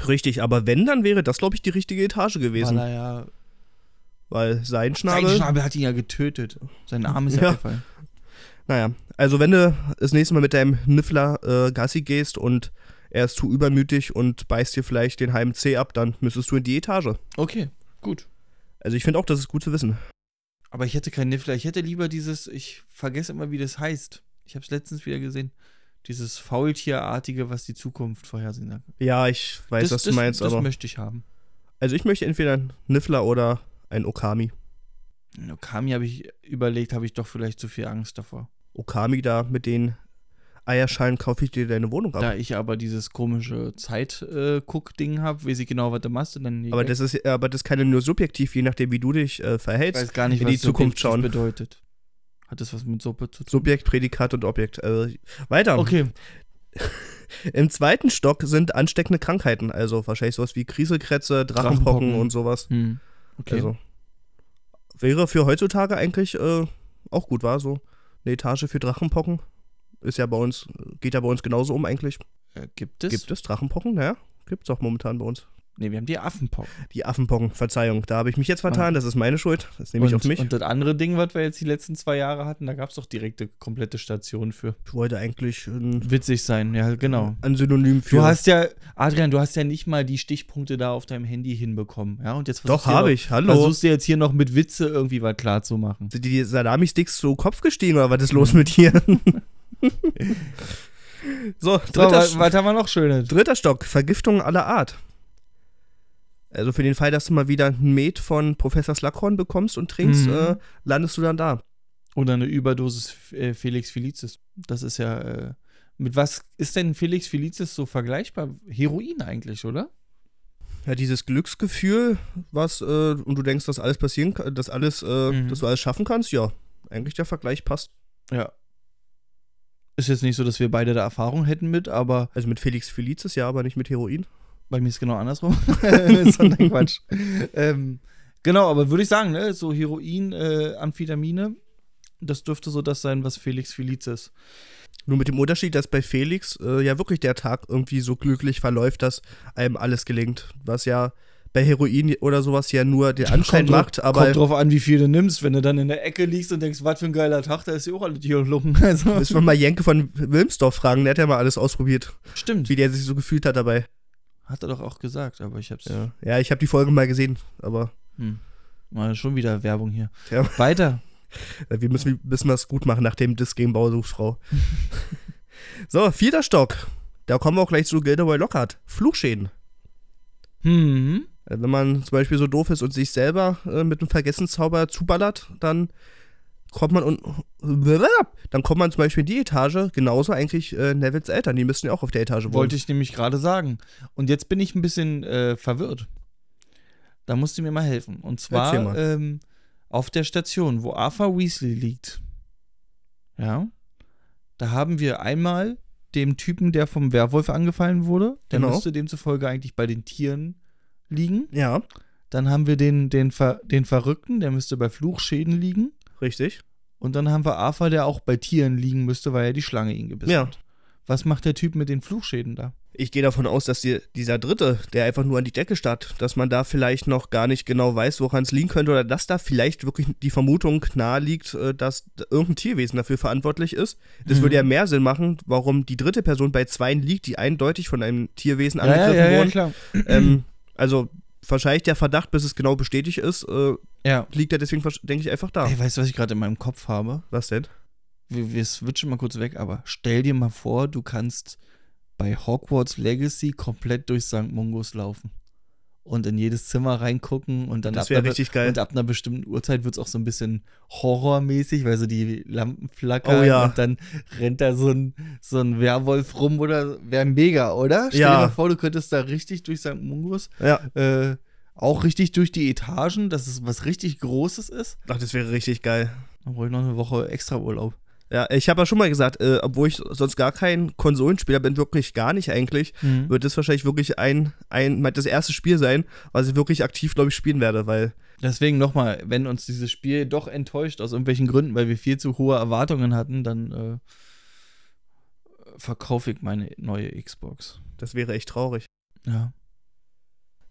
S2: Richtig, aber wenn, dann wäre das, glaube ich, die richtige Etage
S1: Weil
S2: gewesen.
S1: er ja.
S2: Weil sein
S1: Sein
S2: Schnabel.
S1: Schnabel hat ihn ja getötet. Sein Arm ist ja
S2: Ja.
S1: abgefallen.
S2: Naja, also wenn du das nächste Mal mit deinem Niffler äh, Gassi gehst und er ist zu übermütig und beißt dir vielleicht den halben Zeh ab, dann müsstest du in die Etage.
S1: Okay, gut.
S2: Also ich finde auch, das ist gut zu wissen.
S1: Aber ich hätte keinen Niffler. Ich hätte lieber dieses, ich vergesse immer, wie das heißt. Ich habe es letztens wieder gesehen. Dieses Faultierartige, was die Zukunft vorhersehen kann.
S2: Ja, ich weiß,
S1: das,
S2: was du
S1: das,
S2: meinst,
S1: das
S2: aber.
S1: möchte ich haben.
S2: also ich möchte entweder einen Niffler oder einen Okami.
S1: Okami habe ich überlegt, habe ich doch vielleicht zu viel Angst davor.
S2: Okami da mit den Eierschalen kaufe ich dir deine Wohnung ab.
S1: Da ich aber dieses komische Zeit-Guck-Ding habe, weiß ich genau, was du machst. Und dann
S2: aber das ist aber das kann ja nur subjektiv, je nachdem, wie du dich äh,
S1: Ich
S2: verhältst.
S1: weiß gar nicht,
S2: in
S1: was
S2: die Zukunft
S1: subjektiv
S2: schauen.
S1: bedeutet. Hat das was mit Suppe zu tun?
S2: Subjekt, Prädikat und Objekt. Äh, weiter.
S1: Okay.
S2: Im zweiten Stock sind ansteckende Krankheiten, also wahrscheinlich sowas wie Kriselkrätze, Drachenpocken,
S1: Drachenpocken.
S2: und sowas.
S1: Hm. Okay.
S2: Also wäre für heutzutage eigentlich äh, auch gut, war so eine Etage für Drachenpocken. Ist ja bei uns, geht ja bei uns genauso um eigentlich.
S1: äh, gibt es?
S2: Gibt es Drachenpocken? Naja, gibt's auch momentan bei uns.
S1: Ne, wir haben die Affenpocken.
S2: Die Affenpocken, Verzeihung, da habe ich mich jetzt vertan, das ist meine Schuld. Das nehme ich
S1: Ah. Und,
S2: auf mich.
S1: und das andere Ding, was wir jetzt die letzten zwei Jahre hatten, da gab es doch direkte komplette Stationen für.
S2: ich wollte eigentlich ein,
S1: Witzig sein, ja, genau.
S2: ein Synonym für.
S1: Du hast ja, Adrian, du hast ja nicht mal die Stichpunkte da auf deinem Handy hinbekommen. Ja, und jetzt
S2: Doch,
S1: versuchst du
S2: habe
S1: ja-
S2: ich, hallo.
S1: Versuchst du jetzt hier noch mit Witze irgendwie was klarzumachen.
S2: Sind dir die Salami-Sticks zu Kopf gestiegen oder was ist los mit
S1: *laughs*
S2: dir? so,
S1: So,
S2: dritter,
S1: was, was haben wir noch Schönes?
S2: dritter Stock, Vergiftung aller Art. Also für den Fall, dass du mal wieder ein Met von Professor Slughorn bekommst und trinkst,
S1: Mhm.
S2: äh, landest du dann da.
S1: Oder eine Überdosis äh, Felix Felicis. Das ist ja. Äh, mit was ist denn Felix Felicis so vergleichbar? Heroin eigentlich, oder?
S2: Ja, dieses Glücksgefühl, was, äh, und du denkst, dass alles passieren kann, dass alles, äh,
S1: Mhm.
S2: dass du alles schaffen kannst, ja. Eigentlich der Vergleich passt.
S1: Ja. Ist jetzt nicht so, dass wir beide da Erfahrung hätten mit, aber
S2: Also mit Felix Felicis, ja, aber nicht mit Heroin.
S1: bei mir ist genau andersrum. *laughs* ist doch ein Quatsch. ähm, genau, aber würde ich sagen, ne, so Heroin, äh, Amphetamine, das dürfte so das sein, was Felix Felicis.
S2: Nur mit dem Unterschied, dass bei Felix äh, ja wirklich der Tag irgendwie so glücklich verläuft, dass einem alles gelingt. Was ja bei Heroin oder sowas ja nur den Anschein
S1: drauf-
S2: macht, aber
S1: Kommt drauf an, wie viel du nimmst, wenn du dann in der Ecke liegst und denkst, was für ein geiler Tag, da ist ja auch alle Tier und Lumpen. *laughs* Also,
S2: müssen wir mal Jenke von Wilmsdorf fragen, der hat ja mal alles ausprobiert,
S1: stimmt.
S2: wie der sich so gefühlt hat dabei.
S1: Hat er doch auch gesagt, aber ich hab's.
S2: Ja, ja ich habe die Folge mal gesehen, aber
S1: Hm. Mal schon wieder Werbung hier.
S2: Ja. *laughs*
S1: Weiter.
S2: äh, wir müssen, müssen das gut machen nach dem Diss gegen Bausuchfrau. so, vierter Stock. Da kommen wir auch gleich zu Gilderoy Lockhart. Fluchschäden.
S1: Hm.
S2: Äh, Wenn man zum Beispiel so doof ist und sich selber äh, mit einem Vergessenszauber zuballert, dann kommt man und *laughs* dann kommt man zum Beispiel in die Etage, genauso eigentlich äh, Nevils Eltern, die müssten ja auch auf der Etage wohnen.
S1: Wollte ich nämlich gerade sagen. Und jetzt bin ich ein bisschen äh, verwirrt. Da musst du mir mal helfen. Und
S2: Erzähl
S1: zwar
S2: mal.
S1: ähm, auf der Station, wo Arthur Weasley liegt. Ja. Da haben wir einmal dem Typen, der vom Werwolf angefallen wurde. Der
S2: Genau.
S1: müsste demzufolge eigentlich bei den Tieren liegen.
S2: Ja,
S1: Dann haben wir den, den, Ver den Verrückten, der müsste bei Fluchschäden liegen.
S2: richtig.
S1: Und dann haben wir Arthur, der auch bei Tieren liegen müsste, weil ja die Schlange ihn gebissen
S2: Ja.
S1: hat. Was macht der Typ mit den Fluchschäden da?
S2: Ich gehe davon aus, dass die, dieser Dritte, der einfach nur an die Decke starrt, dass man da vielleicht noch gar nicht genau weiß, woran es liegen könnte oder dass da vielleicht wirklich die Vermutung nahe liegt, äh, dass d- irgendein Tierwesen dafür verantwortlich ist. Das
S1: Mhm.
S2: würde ja mehr Sinn machen, warum die dritte Person bei zweien liegt, die eindeutig von einem Tierwesen
S1: ja,
S2: angegriffen
S1: ja, ja,
S2: wurden.
S1: klar.
S2: ähm, also wahrscheinlich der Verdacht, bis es genau bestätigt ist, äh,
S1: Ja.
S2: liegt er deswegen, versch- denke ich, einfach da.
S1: Ey, weißt du, was ich gerade in meinem Kopf habe?
S2: Was denn?
S1: Wir, wir switchen mal kurz weg, aber stell dir mal vor, du kannst bei Hogwarts Legacy komplett durch St. Mungos laufen. Und in jedes Zimmer reingucken und dann
S2: Das
S1: ab
S2: wäre
S1: einer-
S2: richtig geil.
S1: Und ab einer bestimmten Uhrzeit wird es auch so ein bisschen horrormäßig, weil so die Lampen flackern
S2: Oh ja.
S1: und dann rennt da so ein, so ein Werwolf rum oder wäre mega, oder? Stell
S2: Ja.
S1: dir mal vor, du könntest da richtig durch St. Mungos,
S2: Ja,
S1: äh, auch richtig durch die Etagen, dass es was richtig Großes ist.
S2: ach, das wäre richtig geil.
S1: Dann brauche ich noch eine Woche extra Urlaub.
S2: Ja, ich habe ja schon mal gesagt, äh, obwohl ich sonst gar kein Konsolenspieler bin, wirklich gar nicht eigentlich,
S1: Mhm.
S2: wird das wahrscheinlich wirklich ein, ein, das erste Spiel sein, was ich wirklich aktiv, glaube ich, spielen werde, weil
S1: Deswegen nochmal, wenn uns dieses Spiel doch enttäuscht aus irgendwelchen Gründen, weil wir viel zu hohe Erwartungen hatten, dann äh, verkaufe ich meine neue Xbox.
S2: das wäre echt traurig.
S1: Ja.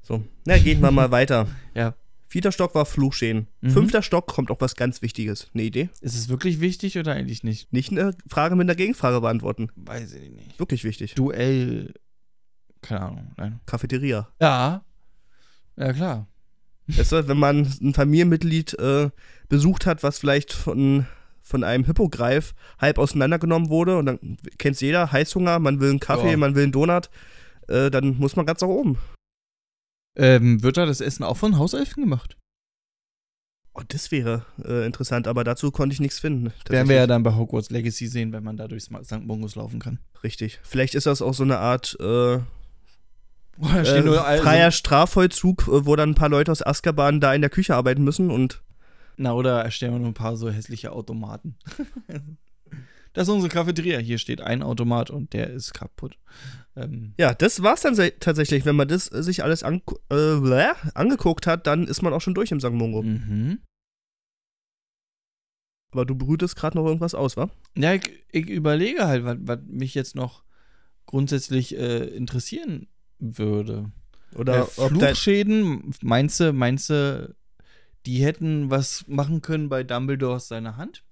S2: So, na, gehen
S1: *laughs*
S2: wir mal weiter.
S1: Ja.
S2: Vierter Stock war Fluchschäden.
S1: Mhm.
S2: Fünfter Stock kommt auch was ganz Wichtiges. Eine Idee?
S1: Ist es wirklich wichtig oder eigentlich nicht?
S2: Nicht eine Frage mit einer Gegenfrage beantworten.
S1: Weiß ich nicht.
S2: Wirklich wichtig.
S1: Duell. Keine Ahnung. Nein.
S2: Cafeteria.
S1: Ja. Ja, klar.
S2: Weißt du, wenn man ein Familienmitglied äh, besucht hat, was vielleicht von, von einem Hippogreif halb auseinandergenommen wurde, und dann kennt's jeder, Heißhunger, man will einen Kaffee,
S1: Ja.
S2: man will einen Donut, äh, dann muss man ganz nach oben.
S1: Ähm, wird da das Essen auch von Hauselfen gemacht?
S2: Oh, das wäre äh, interessant, aber dazu konnte ich nichts finden.
S1: Werden wir ja dann bei Hogwarts Legacy sehen, wenn man da durchs Ma- St. Mungus laufen
S2: *laughs*
S1: kann.
S2: Richtig. Vielleicht ist das auch so eine Art äh,
S1: Boah, da
S2: äh,
S1: stehen nur all-
S2: freier Strafvollzug, äh, wo dann ein paar Leute aus Azkaban da in der Küche arbeiten müssen und
S1: Na, oder erstellen wir nur ein paar so hässliche Automaten. *laughs* das ist unsere Cafeteria. Hier steht ein Automat und der ist kaputt. Ähm,
S2: ja, das war's dann se- tatsächlich. Wenn man das äh, sich alles an, äh, blä, angeguckt hat, dann ist man auch schon durch im St. Mungo.
S1: mhm.
S2: Aber du brütest gerade noch irgendwas aus, wa?
S1: Ja, ich, ich überlege halt, was, was mich jetzt noch grundsätzlich äh, interessieren würde.
S2: Oder
S1: äh,
S2: ob dein,
S1: Fluchschäden, meinst du, meinst du, die hätten was machen können bei Dumbledores seiner Hand?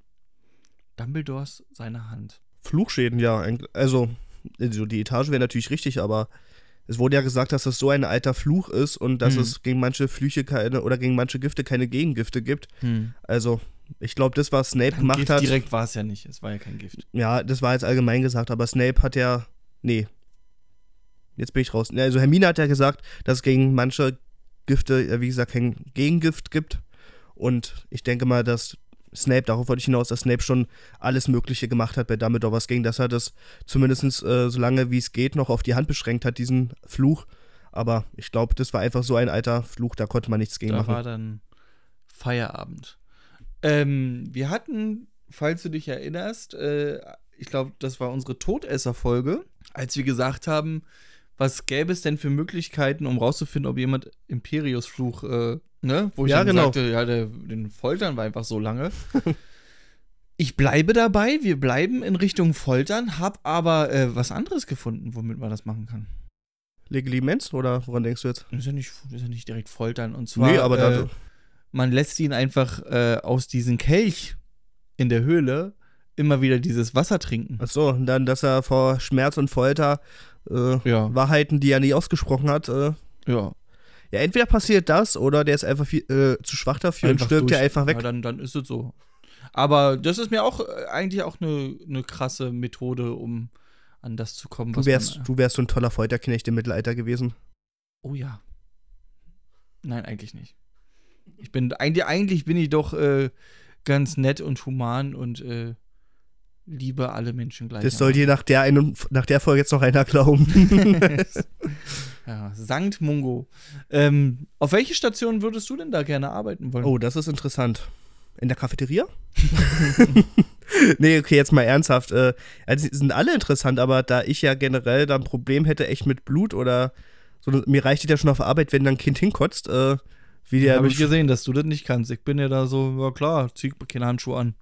S1: Dumbledores seine Hand.
S2: Fluchschäden, ja. eig- Also, also die Etage wäre natürlich richtig, aber es wurde ja gesagt, dass das so ein alter Fluch ist und dass
S1: Hm.
S2: es gegen manche Flüche keine oder gegen manche Gifte keine Gegengifte gibt.
S1: Hm.
S2: Also, ich glaube, das, was Snape gemacht
S1: Gift
S2: hat.
S1: direkt war es ja nicht. Es war ja kein Gift.
S2: Ja, das war jetzt allgemein gesagt, aber Snape hat ja. Nee. Jetzt bin ich raus. Nee, Also Hermine hat ja gesagt, dass es gegen manche Gifte, äh, wie gesagt, kein Gegengift gibt. Und ich denke mal, dass Snape, darauf wollte ich hinaus, dass Snape schon alles Mögliche gemacht hat bei Dumbledore, was ging, dass er das zumindest äh, so lange wie es geht noch auf die Hand beschränkt hat, diesen Fluch. Aber ich glaube, das war einfach so ein alter Fluch, da konnte man nichts gegen
S1: Da
S2: Eh machen.
S1: war dann Feierabend. Ähm, wir hatten, falls du dich erinnerst, äh, ich glaube, das war unsere Todesser-Folge, als wir gesagt haben, was gäbe es denn für Möglichkeiten, um rauszufinden, ob jemand Imperius-Fluch, äh, ne? Wo ich
S2: Ja,
S1: dann
S2: genau.
S1: sagte, ja, der, den foltern wir einfach so lange. *laughs* ich bleibe dabei, wir bleiben in Richtung Foltern, hab aber äh, was anderes gefunden, womit man das machen kann.
S2: Legilimens oder woran denkst du jetzt?
S1: Das ist ja nicht, das ist ja nicht direkt Foltern und zwar.
S2: nee, aber
S1: äh,
S2: da,
S1: man lässt ihn einfach äh, aus diesem Kelch in der Höhle immer wieder dieses Wasser trinken.
S2: Achso, und dann, dass er vor Schmerz und Folter äh,
S1: Ja,
S2: Wahrheiten, die er nie ausgesprochen hat. Äh,
S1: ja.
S2: ja, entweder passiert das oder der ist einfach viel, äh, zu schwach dafür und stirbt ja einfach weg.
S1: Ja, dann, dann ist es so. Aber das ist mir auch äh, eigentlich auch eine, eine krasse Methode, um an das zu kommen,
S2: Du wärst,
S1: man,
S2: du wärst so ein toller Folterknecht im Mittelalter gewesen.
S1: Oh ja. Nein, eigentlich nicht. Ich bin eigentlich, eigentlich bin ich doch äh, ganz nett und human und äh, liebe alle Menschen gleich.
S2: Das soll dir nach der, einen, nach der Folge jetzt noch einer glauben.
S1: ja, Sankt Mungo. Ähm, auf welche Station würdest du denn da gerne arbeiten wollen?
S2: oh, das ist interessant. In der Cafeteria? *laughs* nee, okay, jetzt mal ernsthaft. Äh, also, die sind alle interessant, aber da ich ja generell da ein Problem hätte, echt mit Blut oder so, mir reicht es ja schon auf Arbeit, wenn da ein Kind hinkotzt, äh, wie der
S1: Habe ich gesehen, dass du das nicht kannst. Ich bin ja da so, ja klar, zieh keine Handschuhe an.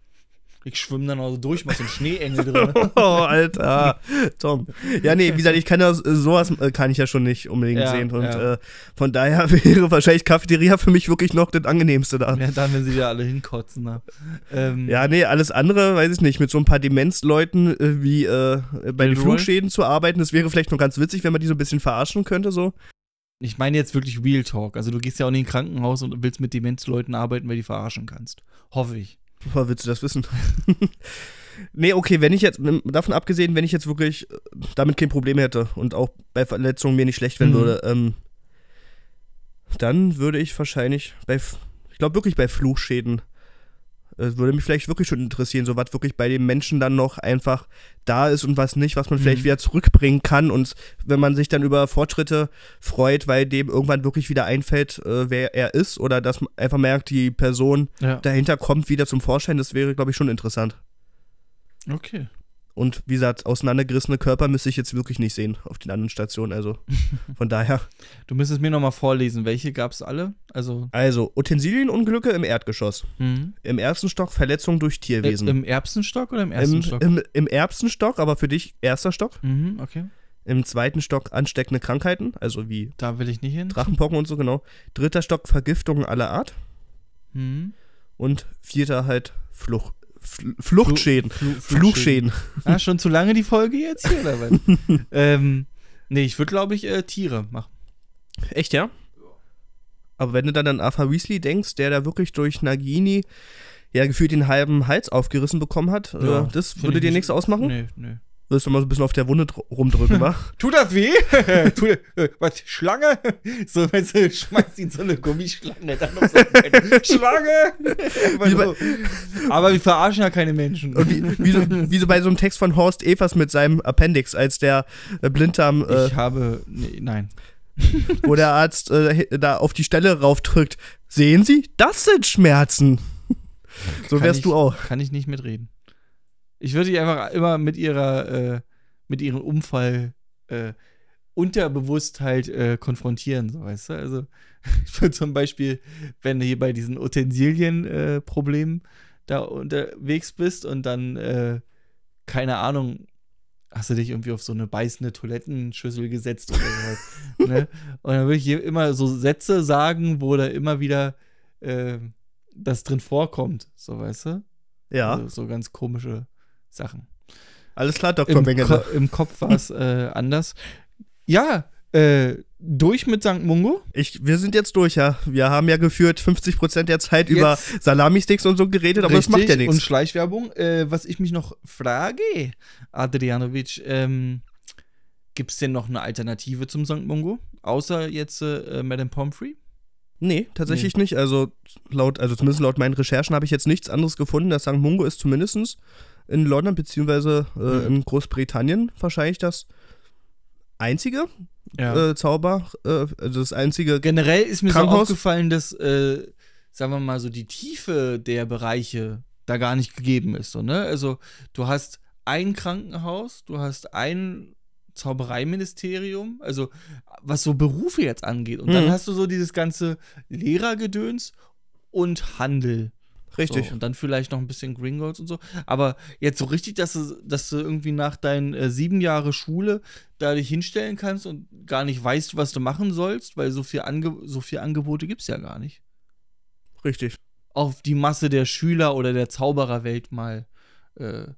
S1: Ich schwimme dann also durch, mach so einen Schneeengel *laughs* drin.
S2: *laughs* Oh, Alter, Tom. Ja, nee, wie gesagt, ich kann das, sowas äh, kann ich ja schon nicht unbedingt
S1: Ja,
S2: sehen. Und
S1: ja.
S2: äh, von daher *laughs* wäre wahrscheinlich Cafeteria für mich wirklich noch das Angenehmste da.
S1: ja, dann, wenn sie da alle hinkotzen. Na. Ähm,
S2: Ja, nee, alles andere, weiß ich nicht, mit so ein paar Demenzleuten äh, wie äh, bei den
S1: Gilroy?
S2: Flugschäden zu arbeiten, das wäre vielleicht noch ganz witzig, wenn man die so ein bisschen verarschen könnte, so.
S1: Ich meine jetzt wirklich Real Talk. Also du gehst ja auch nicht in ein Krankenhaus und willst mit Demenzleuten arbeiten, weil die verarschen kannst. Hoffe ich.
S2: Woher willst du das wissen? *laughs* nee, okay, wenn ich jetzt, davon abgesehen, wenn ich jetzt wirklich äh, damit kein Problem hätte und auch bei Verletzungen mir nicht schlecht werden
S1: Mhm.
S2: würde, ähm, dann würde ich wahrscheinlich bei, F- ich glaube wirklich bei Fluchschäden, äh, würde mich vielleicht wirklich schon interessieren, so was wirklich bei dem Menschen dann noch einfach da ist und was nicht, was man vielleicht
S1: Mhm.
S2: wieder zurückbringen kann und wenn man sich dann über Fortschritte freut, weil dem irgendwann wirklich wieder einfällt, äh, wer er ist oder dass man einfach merkt, die Person
S1: Ja.
S2: dahinter kommt wieder zum Vorschein, das wäre, glaube ich, schon interessant.
S1: Okay.
S2: Und wie gesagt, auseinandergerissene Körper müsste ich jetzt wirklich nicht sehen auf den anderen Stationen.
S1: *laughs*
S2: Also von daher.
S1: Du müsstest mir nochmal vorlesen, welche gab es alle? Also
S2: Also, Utensilienunglücke im Erdgeschoss.
S1: Mhm.
S2: Im ersten Stock Verletzung durch
S1: Äh,
S2: Tierwesen.
S1: im Erbsenstock oder im ersten
S2: Im,
S1: Stock?
S2: im, Im ersten Stock, aber für dich erster Stock.
S1: Mhm, okay.
S2: Im zweiten Stock ansteckende Krankheiten, also wie
S1: Da will ich nicht hin.
S2: Drachenpocken und so, genau. Dritter Stock Vergiftungen aller Art.
S1: Mhm.
S2: Und vierter halt Fluch, Fl Fluchtschäden.
S1: Flu-
S2: Fluchschäden.
S1: Ah, schon zu lange die Folge jetzt hier oder *laughs* was? ähm, nee, ich würde glaube ich äh, Tiere machen.
S2: Echt, ja? Aber wenn du dann an Arthur Weasley denkst, der da wirklich durch Nagini ja gefühlt den halben Hals aufgerissen bekommen hat,
S1: Ja,
S2: äh, das
S1: find
S2: würde
S1: ich
S2: dir
S1: nicht-
S2: nichts ausmachen?
S1: Nee, nee.
S2: Würdest du mal so ein bisschen auf der Wunde dr-
S1: *laughs*
S2: rumdrücken, wa?
S1: Tut das weh? Tut, äh, was, Schlange? *laughs* So, weißt du, schmeißt ihn so eine Gummischlange. Dann noch so *laughs* eine Schlange! Aber,
S2: Wie bei-
S1: so. aber wir verarschen ja keine Menschen.
S2: Und wie, wie, so, wie so bei so einem Text von Horst Evers mit seinem Appendix, als der äh, Blinddarm äh,
S1: ich habe. Nee, nein.
S2: wo der Arzt äh, da auf die Stelle raufdrückt. Sehen Sie? Das sind Schmerzen. So
S1: Kann
S2: wärst
S1: ich,
S2: du auch.
S1: Kann ich nicht mitreden. Ich würde die einfach immer mit ihrer, äh, mit ihrem Unfall äh, unterbewusst halt äh, konfrontieren, so weißt du? Also *laughs* ich würde zum Beispiel, wenn du hier bei diesen Utensilien-Problemen äh, Problemen da unterwegs bist und dann, äh, keine Ahnung, hast du dich irgendwie auf so eine beißende Toilettenschüssel gesetzt oder sowas. ne? Und dann würde ich hier immer so Sätze sagen, wo da immer wieder äh, das drin vorkommt, so weißt du?
S2: Ja,
S1: Also so ganz komische Sachen.
S2: alles klar, Dr.
S1: Im, Ko
S2: Mengele.
S1: Im Kopf war es äh, anders. Ja, äh, durch mit St. Mungo.
S2: Ich, wir sind jetzt durch, ja. Wir haben ja geführt 50% der Zeit über
S1: Jetzt-
S2: Salami-Sticks und so geredet, aber das macht ja
S1: Richtig, Und
S2: nichts.
S1: Schleichwerbung. Äh, was ich mich noch frage, Adrianovic, ähm, gibt es denn noch eine Alternative zum St. Mungo? Außer jetzt äh, Madame Pomfrey?
S2: Nee, tatsächlich nicht. Also laut, also zumindest laut meinen Recherchen habe ich jetzt nichts anderes gefunden. Das St. Mungo ist zumindest in London beziehungsweise äh,
S1: Mhm.
S2: in Großbritannien wahrscheinlich das einzige äh, Zauber, äh, also das einzige
S1: Generell ist mir so
S2: Krankenhaus?
S1: aufgefallen, dass, äh, sagen wir mal, so die Tiefe der Bereiche da gar nicht gegeben ist. So, ne? Also, du hast ein Krankenhaus, du hast ein Zaubereiministerium, also was so Berufe jetzt angeht. Und dann
S2: Mhm.
S1: hast du so dieses ganze Lehrergedöns und Handel.
S2: richtig.
S1: So, und dann vielleicht noch ein bisschen Gringotts und so. Aber jetzt so richtig, dass du, dass du irgendwie nach deinen äh, sieben Jahre Schule da dich hinstellen kannst und gar nicht weißt, was du machen sollst, weil so viel, Ange so viel Angebote gibt es ja gar nicht.
S2: Richtig.
S1: Auf die Masse der Schüler oder der Zaubererwelt mal äh,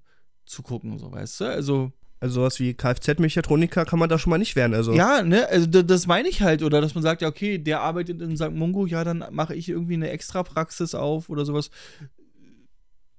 S1: zu gucken, so weißt du? Also,
S2: Also sowas wie Kfz-Mechatroniker kann man da schon mal nicht werden. Also
S1: ja, ne, also d- das meine ich halt. Oder dass man sagt, ja, okay, der arbeitet in St. Mungo, ja, dann mache ich irgendwie eine Extrapraxis auf oder sowas.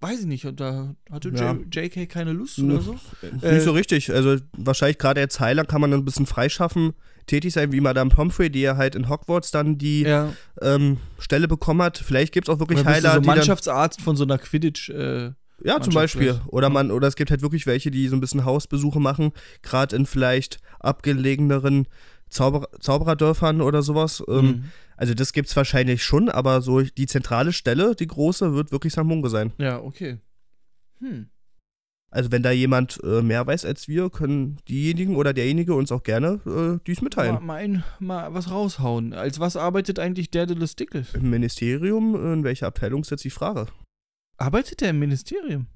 S1: Weiß ich nicht, und da hatte
S2: Ja.
S1: J- JK keine Lust
S2: Nö.
S1: oder so. Äh,
S2: nicht so richtig. Also wahrscheinlich gerade als Heiler kann man dann ein bisschen freischaffen, tätig sein, wie Madame Pomfrey, die ja halt in Hogwarts dann die
S1: Ja,
S2: ähm, Stelle bekommen hat. Vielleicht gibt es auch wirklich
S1: oder bist du
S2: Heiler,
S1: so
S2: die dann
S1: Mannschaftsarzt von so einer Quidditch. Äh,
S2: Ja,
S1: Mannschaft
S2: zum Beispiel.
S1: vielleicht.
S2: Oder man, oder es gibt halt wirklich welche, die so ein bisschen Hausbesuche machen, gerade in vielleicht abgelegeneren Zauber Zaubererdörfern oder sowas. Ähm,
S1: mhm.
S2: also das gibt's wahrscheinlich schon, aber so die zentrale Stelle, die große, wird wirklich St. Mungo sein.
S1: Ja, okay. Hm.
S2: Also wenn da jemand äh, mehr weiß als wir, können diejenigen oder derjenige uns auch gerne äh, dies
S1: Mal,
S2: mitteilen.
S1: mal, ein, mal was raushauen. Als was arbeitet eigentlich Daedalus Dickel?
S2: Im Ministerium, in welcher Abteilung ist jetzt die Frage?
S1: Arbeitet der im Ministerium?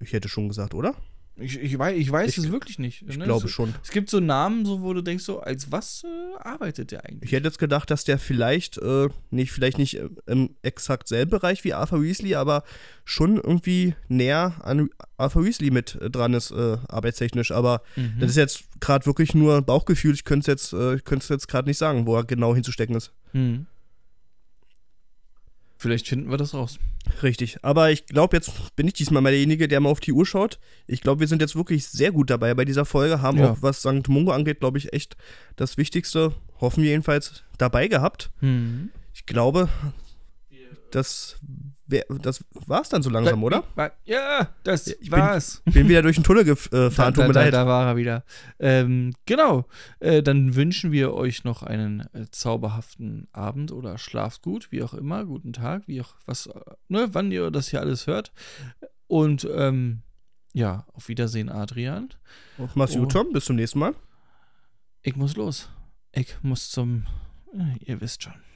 S2: Ich hätte schon gesagt, oder?
S1: Ich, ich weiß, ich weiß
S2: Ich-
S1: es wirklich nicht.
S2: Ich
S1: ne?
S2: glaube
S1: es,
S2: schon.
S1: es gibt so Namen, so, wo du denkst, so, als was äh, arbeitet der eigentlich?
S2: Ich hätte jetzt gedacht, dass der vielleicht, äh, nicht, vielleicht nicht äh, im exakt selben Bereich wie Arthur Weasley, aber schon irgendwie näher an Arthur Weasley mit äh, dran ist, äh, arbeitstechnisch. Aber
S1: Mhm.
S2: das ist jetzt gerade wirklich nur Bauchgefühl. Ich könnte es jetzt, äh, ich könnte es jetzt gerade nicht sagen, wo er genau hinzustecken ist.
S1: Hm. Vielleicht finden wir das raus.
S2: Richtig. Aber ich glaube, jetzt bin ich diesmal mal derjenige, der mal auf die Uhr schaut. Ich glaube, wir sind jetzt wirklich sehr gut dabei bei dieser Folge. Haben
S1: Ja.
S2: auch, was St. Mungo angeht, glaube ich, echt das Wichtigste, hoffen wir jedenfalls, dabei gehabt. Ich glaube, das, wär, das war's dann so langsam, oder?
S1: Ja, das
S2: Ich bin-
S1: *laughs* war's.
S2: Bin wieder durch den Tunnel gefahren, tut
S1: da,
S2: mir
S1: da,
S2: leid.
S1: da war er wieder. Ähm, genau. Äh, dann wünschen wir euch noch einen äh, zauberhaften Abend oder schlaft gut, wie auch immer. Guten Tag, wie auch was, äh, ne, wann ihr das hier alles hört. Und ähm, ja, auf Wiedersehen, Adrian.
S2: Mach's gut,
S1: Oh.
S2: Tom. Bis zum nächsten Mal.
S1: Ich muss los. Ich muss zum. äh, Ihr wisst schon.